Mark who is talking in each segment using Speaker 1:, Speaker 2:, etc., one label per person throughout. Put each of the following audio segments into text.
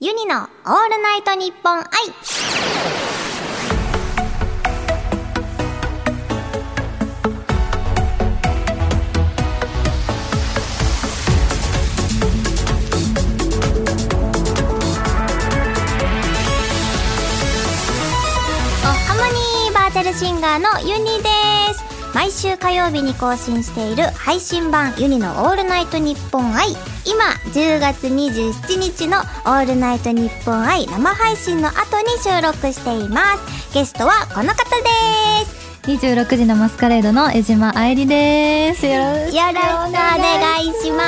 Speaker 1: ユニのオールナイトニッポン愛おハモニーバーチャルシンガーのユニです毎週火曜日に更新している配信版ユニのオールナイトニッポン愛今10月27日のオールナイトニッポン愛生配信の後に収録していますゲストはこの方です
Speaker 2: 26時のマスカレードの江島愛理です。よろしくお
Speaker 1: よろしくお
Speaker 2: 願い
Speaker 1: 願いしま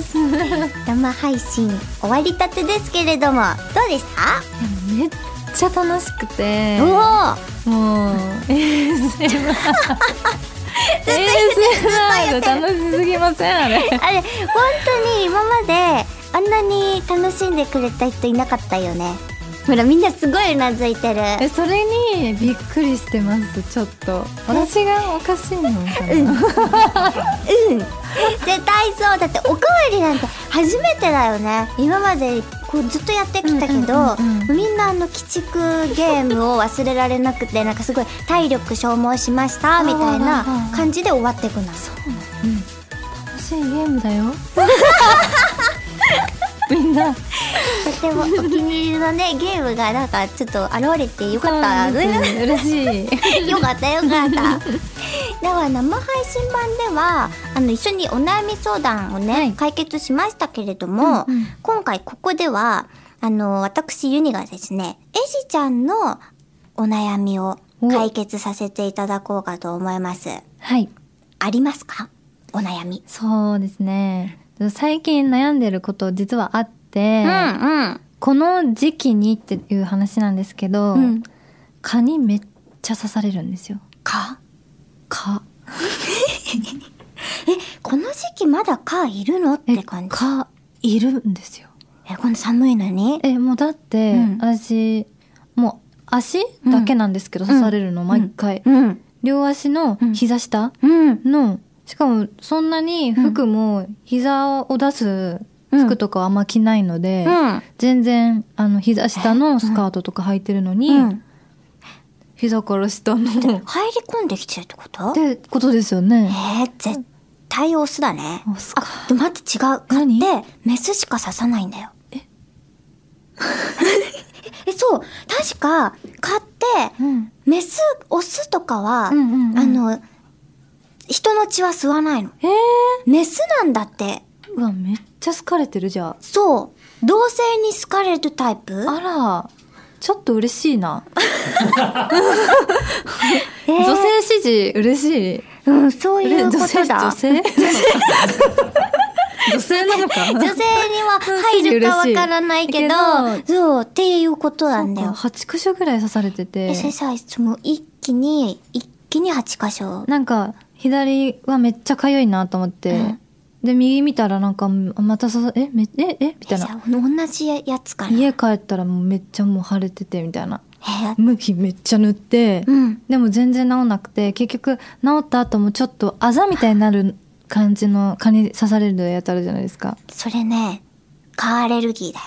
Speaker 1: す 生配信終わりたてですけれどもどうでした、
Speaker 2: めっちゃ楽しくて、
Speaker 1: お
Speaker 2: も
Speaker 1: お
Speaker 2: う、えー、ずっと
Speaker 1: ずっと言ってる
Speaker 2: 言楽しすぎませんあれ。
Speaker 1: あれ本当に今まであんなに楽しんでくれた人いなかったよねほらみんなすごいうなずいてる
Speaker 2: え、それにびっくりしてます、ちょっと。私がおかしいの
Speaker 1: う
Speaker 2: かな。
Speaker 1: ん絶対そうだっておかわりなんて初めてだよね今までこうずっとやってきたけど、
Speaker 2: うんうんうん
Speaker 1: みんなあの鬼畜ゲームを忘れられなくてなんかすごい体力消耗しましたみたいな感じで終わっていくな
Speaker 2: うん楽しいゲームだよ。みんな。
Speaker 1: とてもお気に入りのねゲームがなんかちょっと現れてよかった
Speaker 2: そうなんです嬉しい。
Speaker 1: よかったよ かった。では生配信版ではあの一緒にお悩み相談をね、
Speaker 2: はい
Speaker 1: 解決しましたけれども、
Speaker 2: うんうん
Speaker 1: 今回ここではあの私ユニがですねえじちゃんのお悩みを解決させていただこうかと思います。
Speaker 2: はい。
Speaker 1: ありますかお悩み。
Speaker 2: そうですね。最近悩んでること実はあって、
Speaker 1: うん
Speaker 2: この時期にっていう話なんですけど、
Speaker 1: うん
Speaker 2: 蚊にめっちゃ刺されるんですよ。
Speaker 1: か
Speaker 2: 蚊。
Speaker 1: この時期まだかいるのって感じ。
Speaker 2: 蚊いるんですよ。
Speaker 1: えこの寒いのに。
Speaker 2: え、もうだって、
Speaker 1: うん
Speaker 2: 私、もう足だけなんですけど、
Speaker 1: うん
Speaker 2: 刺されるの毎回。
Speaker 1: うん
Speaker 2: 両足の膝下
Speaker 1: うん
Speaker 2: の、しかもそんなに服も膝を出す服とかはあんま着ないので、
Speaker 1: うん。
Speaker 2: 全然あの膝下のスカートとか履いてるのに、
Speaker 1: うん
Speaker 2: 膝から下の
Speaker 1: 入り込んできちゃうってこと
Speaker 2: ってことですよね。
Speaker 1: えー、絶対オスだね。
Speaker 2: オスか
Speaker 1: あ、でも待って違う。買
Speaker 2: 何
Speaker 1: って、メスしか刺さないんだよ。 えそう。確か、買って、
Speaker 2: うん、
Speaker 1: メス、オスとかは、
Speaker 2: うんうんうん
Speaker 1: あの、人の血は吸わないの。
Speaker 2: えー、
Speaker 1: メスなんだって。
Speaker 2: うわめっちゃ好かれてるじゃ
Speaker 1: そう。同性に好かれるタイプ
Speaker 2: あ。あらちょっと嬉しいな、
Speaker 1: えー
Speaker 2: 女性支持嬉しい
Speaker 1: うん、そう
Speaker 2: う
Speaker 1: い
Speaker 2: れ
Speaker 1: うこ
Speaker 2: 女性
Speaker 1: とだ。
Speaker 2: 女性 女性なの か
Speaker 1: 女性に は入るかわからないけど
Speaker 2: 嬉しい、
Speaker 1: そう、っていうことなんだよ。
Speaker 2: 8箇所ぐらい刺されてて
Speaker 1: え、それさ、その一気に、一気に8箇所。
Speaker 2: なんか左はめっちゃ痒いなと思って、
Speaker 1: うん
Speaker 2: で右見たらなんかまた刺さえめええみた
Speaker 1: え
Speaker 2: い
Speaker 1: じ
Speaker 2: な
Speaker 1: ゃあ同じやつかな。
Speaker 2: 家帰ったらもうめっちゃもう腫れててみたいな
Speaker 1: え
Speaker 2: 向きめっちゃ塗って、
Speaker 1: うん。
Speaker 2: でも全然治んなくて結局治った後もちょっとあざみたいになる感じの蚊に刺されるやつあるじゃないですか
Speaker 1: それね、カーアレルギーだよ。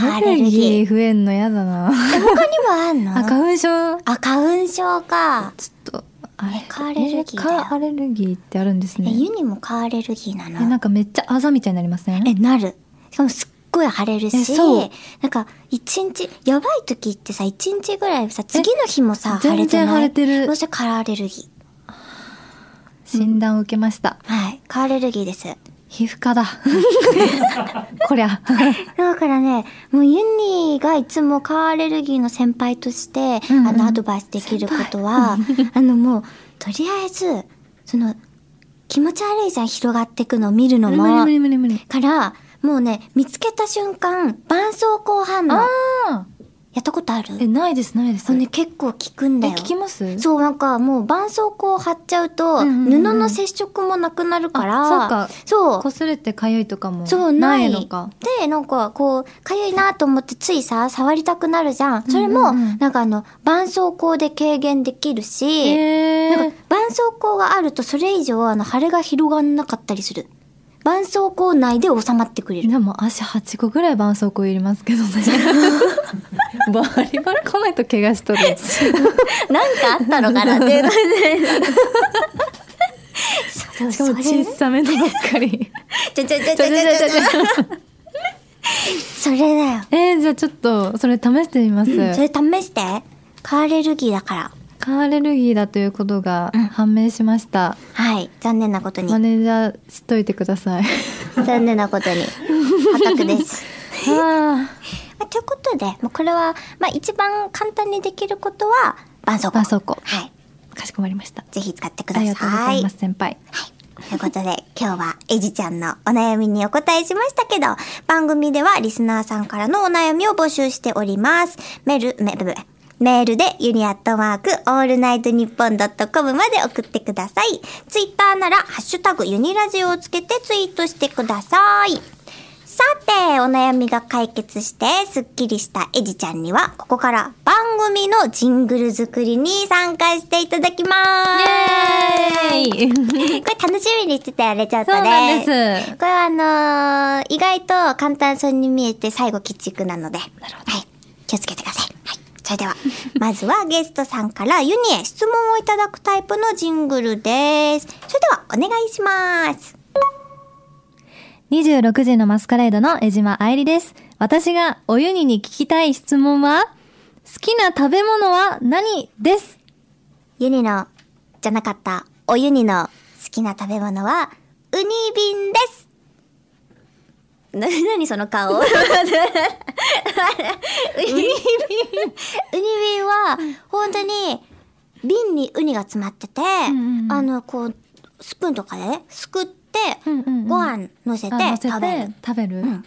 Speaker 1: 蚊アレルギー
Speaker 2: アレル増えんのや だな
Speaker 1: え他にもあんの
Speaker 2: あ花粉症
Speaker 1: あ、花粉症か。
Speaker 2: ちょっとあれ
Speaker 1: え蚊アレルギーだよ
Speaker 2: え蚊アレルギーってあるんです
Speaker 1: え、
Speaker 2: ね
Speaker 1: ユニもカーアレルギーな
Speaker 2: えな
Speaker 1: の
Speaker 2: んかめっちゃあざみたいになりません
Speaker 1: え、なる。しかもすっごい腫れる
Speaker 2: え
Speaker 1: し
Speaker 2: そう、
Speaker 1: なんか、一日、やばい時ってさ、一日ぐらいさ、次の日もさ、腫れ
Speaker 2: 全
Speaker 1: て
Speaker 2: 然
Speaker 1: ない
Speaker 2: 腫れてる
Speaker 1: そしてカーアレルギ
Speaker 2: 診断を受けました
Speaker 1: ー。はい。カーアレルギーです。
Speaker 2: 皮膚 科だこりゃ
Speaker 1: だからね、もうユニがいつもカーアレルギーの先輩として、
Speaker 2: うんうん
Speaker 1: あの、アドバイスできることは、あの、もう、とりあえず、その、気持ち悪いじゃん、広がっていくのを見るの
Speaker 2: 無理
Speaker 1: も。
Speaker 2: 無理無理無理
Speaker 1: から、もうね、見つけた瞬間、絆創膏反応。
Speaker 2: あ
Speaker 1: やったことある
Speaker 2: えないですないです
Speaker 1: それね結構効くん
Speaker 2: え
Speaker 1: だよ
Speaker 2: 聞きますう
Speaker 1: そうなんかもう絆創膏を貼っちゃうと
Speaker 2: うんうん
Speaker 1: 布
Speaker 2: うん
Speaker 1: の接触もなくなるから、
Speaker 2: あそうか
Speaker 1: そう
Speaker 2: 擦れて痒いとかも
Speaker 1: そう
Speaker 2: な
Speaker 1: ないい
Speaker 2: のか
Speaker 1: でなんかこうかゆいなと思ってついさ触りたくなるじゃんそれも、
Speaker 2: うんうんうん
Speaker 1: なんかあの絆創膏で軽減できるし、
Speaker 2: え
Speaker 1: なん
Speaker 2: ー
Speaker 1: か、絆創膏があるとそれ以上あの腫れが広がんなかったりする絆創膏内で収まってくれる
Speaker 2: でも足8個ぐらい絆創膏いりますけどね バリバリ来ないと怪我しとる
Speaker 1: なんかあったのかなって そう
Speaker 2: しかも
Speaker 1: それ
Speaker 2: 小さめのばっかり
Speaker 1: ちょちょちょちょ
Speaker 2: ち
Speaker 1: ちょち
Speaker 2: ょちょちょ
Speaker 1: ょ
Speaker 2: ちょ
Speaker 1: それだよ
Speaker 2: えー、じゃあちょっとそれ試してみます、
Speaker 1: それ試してカーレルギーだから
Speaker 2: カーアレルギーだということが
Speaker 1: うん
Speaker 2: 判明しました、
Speaker 1: はい残念なことに
Speaker 2: マネージャーしといてくだ さい
Speaker 1: 残念なことに破格です
Speaker 2: あ
Speaker 1: まあということで、もうこれは、まあ、一番簡単にできることは、絆創膏。
Speaker 2: あ絆創膏
Speaker 1: はい。
Speaker 2: かしこまりました
Speaker 1: ぜひ使ってくだ
Speaker 2: あ
Speaker 1: さい。
Speaker 2: りがとうございます先輩
Speaker 1: ということで、今日はエジちゃんのお悩みにお答えしましたけど、番組ではリスナーさんからのお悩みを募集しております。メール、メール、メールでユニアットマークオールナイトニッポンドットコムまで送ってください。ツイッターならハッシュタグユニラジオをつけてツイートしてください。さて、お悩みが解決して、すっきりしたエジちゃんには、ここから番組のジングル作りに参加していただきます。
Speaker 2: イエーイ
Speaker 1: これ楽しみにしててあれちゃったね。
Speaker 2: そうなんです
Speaker 1: これはあのー意外と簡単そうに見えて最後鬼畜なので。なるほど。はい。気をつけてください。はい。それでは、 まずはゲストさんからユニへ質問をいただくタイプのジングルです。それでは、お願いします。
Speaker 2: 26時のマスカレードの江島愛理です私がおゆにに聞きたい質問は好きな食べ物は何です
Speaker 1: ユニの、じゃなかった、おユニの好きな食べ物は、ウニ瓶です。な、なにその顔 ウニ瓶。ウニ瓶は、本当に、瓶にウニが詰まってて、
Speaker 2: んうん
Speaker 1: あの、こう、スプーンとかで、ね、すくって、
Speaker 2: うんうんうん
Speaker 1: ご飯乗せて
Speaker 2: あ乗せて
Speaker 1: 食べる。
Speaker 2: 食べる、
Speaker 1: うん。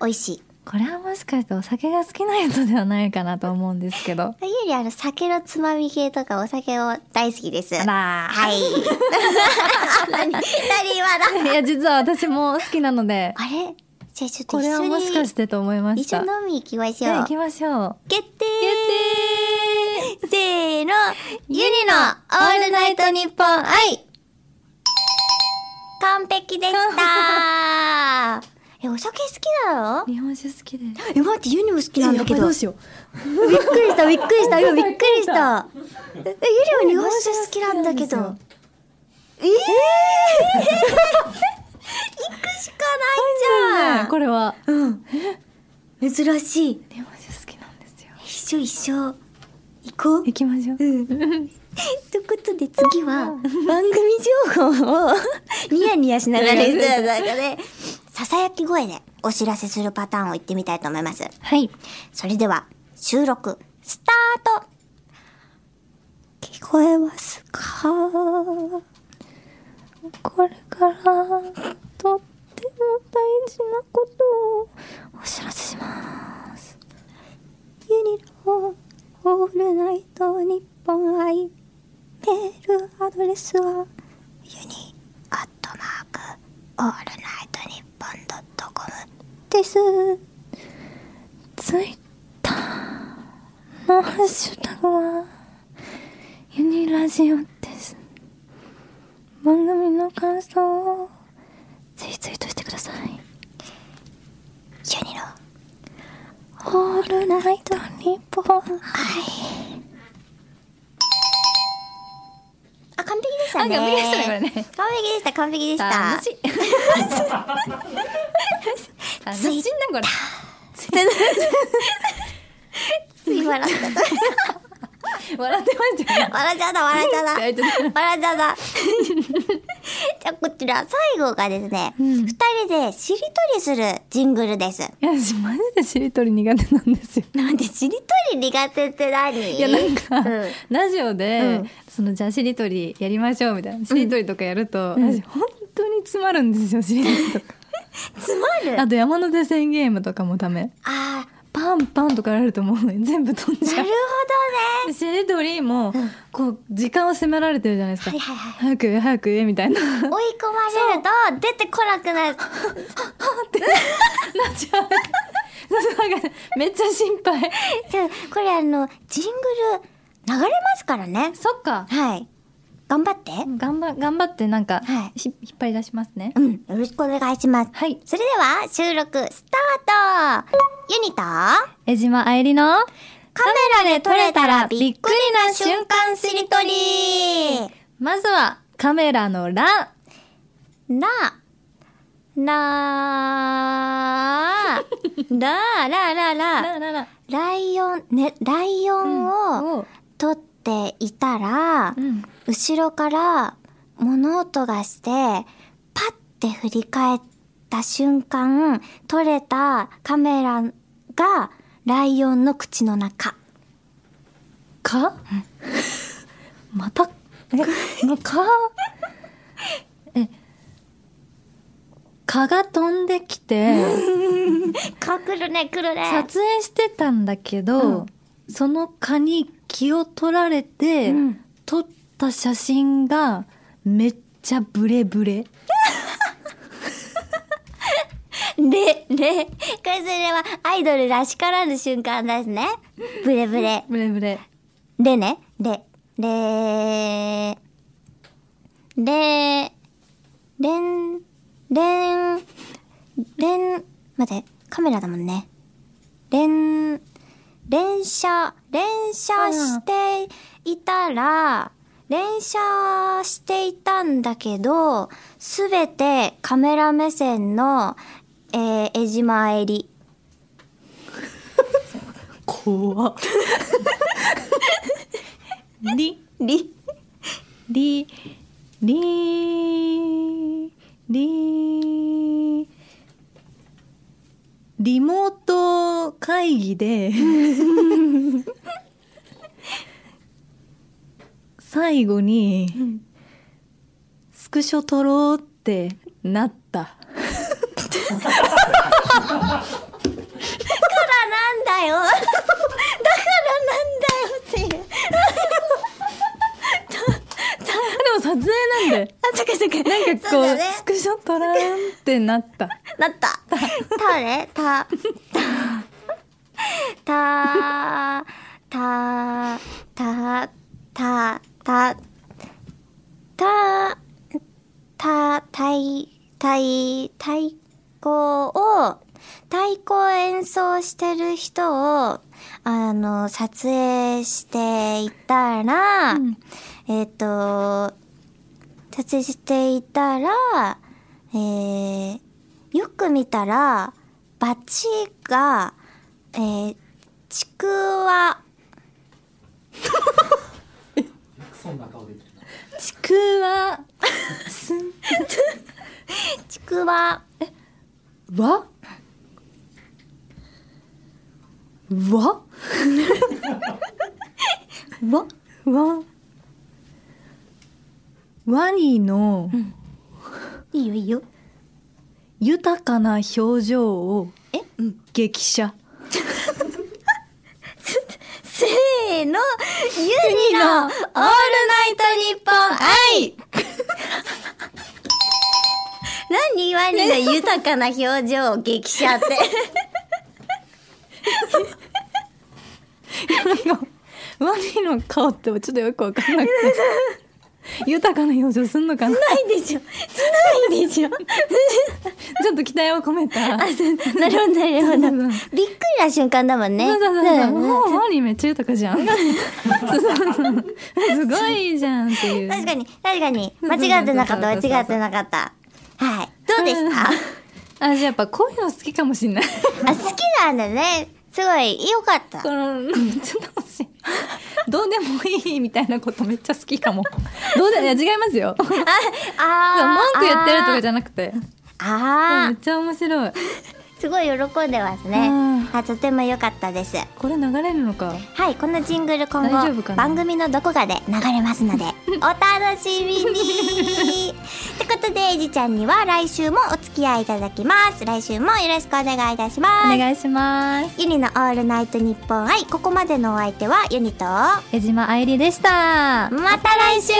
Speaker 1: 美味しい。
Speaker 2: これはもしかしてお酒が好きな人ではないかなと思うんですけど
Speaker 1: ゆりあの、酒のつまみ系とかお酒を大好きです。
Speaker 2: あ
Speaker 1: は
Speaker 2: らー
Speaker 1: い。 何、何今の
Speaker 2: いや実は私も好きなので
Speaker 1: あれじゃあちょっと
Speaker 2: こ
Speaker 1: 一
Speaker 2: れは
Speaker 1: 緒に
Speaker 2: もしかしてと思いまし
Speaker 1: 一
Speaker 2: た
Speaker 1: 緒に飲み行きまし
Speaker 2: じゃ
Speaker 1: ょ
Speaker 2: あ
Speaker 1: う
Speaker 2: 行。きましょう
Speaker 1: 決定せーのゆりのオールナイトニッポン愛完璧で したえ、お酒好きなの
Speaker 2: 日本酒好きです
Speaker 1: え、待って、ユニも好き
Speaker 2: ど
Speaker 1: び
Speaker 2: う
Speaker 1: っ
Speaker 2: しよ
Speaker 1: くりした、びっくりした、今びっくりした。え、ゆりは日本酒好きなんだけど。えー、行くしかな
Speaker 2: う
Speaker 1: い
Speaker 2: これは日
Speaker 1: じゃん珍しい。
Speaker 2: 本酒好きなんですよ
Speaker 1: 一緒一緒行こう
Speaker 2: 行きましょう
Speaker 1: うんということで次は番組情報をニヤニヤしながら言ってた中 でささやき声でお知らせするパターンを言ってみたいと思います
Speaker 2: はい
Speaker 1: それでは収録スタート聞こえますか
Speaker 2: これからとっても大事なことをお知らせします
Speaker 1: ユニロオールナイトニッポンアイメールアドレスはユニアットマークオールナイトニッポンドットコムです
Speaker 2: ツイッターのハッシュタグはユニラジオです番組の感想をぜひツイートしてください
Speaker 1: ユニロ
Speaker 2: オールナイトニッポン
Speaker 1: あ完璧でしたね
Speaker 2: あ完璧でしたねこれね
Speaker 1: 完璧でした完璧でした
Speaker 2: しい楽
Speaker 1: しいな
Speaker 2: これ
Speaker 1: つい笑っちゃった
Speaker 2: 笑ってましたよ
Speaker 1: 笑っちゃった笑っちゃった
Speaker 2: 笑っちゃっ
Speaker 1: 笑っちゃったじゃあこちら最後がですね、
Speaker 2: う
Speaker 1: 二
Speaker 2: ん
Speaker 1: 人でしりとりするジングルです
Speaker 2: いや私マジでしりとり苦手なんですよ
Speaker 1: なんでしりとり苦手って何
Speaker 2: いやなんか、
Speaker 1: うん
Speaker 2: ラジオで、
Speaker 1: うん
Speaker 2: そのじゃあしりとりやりましょうみたいなしりとりとかやると、私本当に詰まるんですよしりとりとか
Speaker 1: つまる
Speaker 2: あと山手線ゲームとかもダメ
Speaker 1: あー
Speaker 2: パンパンとかやられると思うね全部飛んじゃ
Speaker 1: な
Speaker 2: う
Speaker 1: るほどね。
Speaker 2: でしりとりも
Speaker 1: うん
Speaker 2: こう時間を迫られてるじゃないですか、
Speaker 1: はいはいはい。
Speaker 2: 早く言え早く言えみたいな なっ
Speaker 1: 追い込まれると出てこなくなる。
Speaker 2: ちゃうそうなんかめっちゃ心 配
Speaker 1: じゃあこれあの、ジングル流れますからね。
Speaker 2: そっか
Speaker 1: はい。頑張って。
Speaker 2: 頑張頑張ってなんか、
Speaker 1: は
Speaker 2: ひ引っ張り出しますね
Speaker 1: うん。よろしくお願いします。
Speaker 2: はい
Speaker 1: それでは収録スタートユニとカ
Speaker 2: 江島愛理の
Speaker 1: メラで撮れたらびっくりな瞬間しりとり
Speaker 2: まずはカメラの欄
Speaker 1: なならららら
Speaker 2: ラララ
Speaker 1: ライオンねライオンを
Speaker 2: を
Speaker 1: 撮っていたら、
Speaker 2: うん
Speaker 1: 後ろから物音がしてパッて振り返った瞬間撮れたカメラがライオンの口の中。
Speaker 2: か、 またえのかえ蚊が飛んできて
Speaker 1: か来るね来るね
Speaker 2: 撮影してたんだけど、
Speaker 1: うん
Speaker 2: その蚊に気を取られて、
Speaker 1: うん
Speaker 2: 撮った写真がめっちゃブレブレ
Speaker 1: れれこれそれはアイドルらしからぬ瞬間ですねブレブレ
Speaker 2: ブレブレ
Speaker 1: レねレレレレンレンレン待ってカメラだもんねレン連射連射していたら連射していたんだけどすべてカメラ目線の、えー、江島えり
Speaker 2: 怖り
Speaker 1: り
Speaker 2: りりりリモート会議で最後にスクショ撮ろうってなった
Speaker 1: だからなんだよ だからなんだよっていう
Speaker 2: でも撮影なんで
Speaker 1: あそっかそっかな
Speaker 2: なんかこうスクショ撮らんってなった
Speaker 1: なった。たね、た。た。た。た。た。た。た。た。たい。たい。太鼓を、太鼓を演奏してる人を、あの、撮影していたら、
Speaker 2: うん
Speaker 1: えっ、と、撮影していたら、えー、よく見たら、バチが、えー、ちくわ、
Speaker 2: ちくわ
Speaker 1: ちくわ、
Speaker 2: わわわわワニの
Speaker 1: いいよいいよ。
Speaker 2: 豊かな表情を
Speaker 1: え、うん。
Speaker 2: 激 写
Speaker 1: せーの、ユニのオールナイトニッポン愛 何ワニの豊かな表情を激写って。
Speaker 2: なんかワニの顔ってちょっとよくわかんな くて豊かな表情すんのかな
Speaker 1: ないでしょ。ないでしょ。
Speaker 2: ちょっと期待を込めた
Speaker 1: あそうなるほど、なるほど。びっくりな瞬間だもんね。
Speaker 2: そうそうそう
Speaker 1: だ
Speaker 2: そう。
Speaker 1: よね
Speaker 2: もうワニめっちゃ豊かじ ゃん。そうそうそうすごいじゃんっていう。
Speaker 1: 確かに、確か に。間違ってなかった、
Speaker 2: そうそうそうそう
Speaker 1: 間違ってなかった。はい。どうでした
Speaker 2: あ、じゃあやっぱこういうの好きかもしんない。
Speaker 1: あ、好きなんだね。すごい、良かった
Speaker 2: こ。の、めっちゃ楽しい。どうでもいいみたいなことめっちゃ好きかも。どうで、いや違いますよ。文
Speaker 1: あー。
Speaker 2: 句言ってるとかじ
Speaker 1: ゃ
Speaker 2: ゃなくて。め
Speaker 1: あ
Speaker 2: っちゃ面白い。
Speaker 1: ー。すごい喜んでます
Speaker 2: う
Speaker 1: ね
Speaker 2: ん。
Speaker 1: あ、とても良かったです。
Speaker 2: これ流れるのか。
Speaker 1: はい、このジングル今
Speaker 2: 大丈夫
Speaker 1: 後
Speaker 2: かな
Speaker 1: 番 組のどこかで流れますのでお楽しみにってことでデイジちゃんには来週もお付き合いいただきます。来週もよろしくお願いいたします。
Speaker 2: お願いします
Speaker 1: ユニのオールナイトニッポン愛、ここまでのお相手はユニと、ま
Speaker 2: 江島愛理でし
Speaker 1: た
Speaker 2: た
Speaker 1: 来週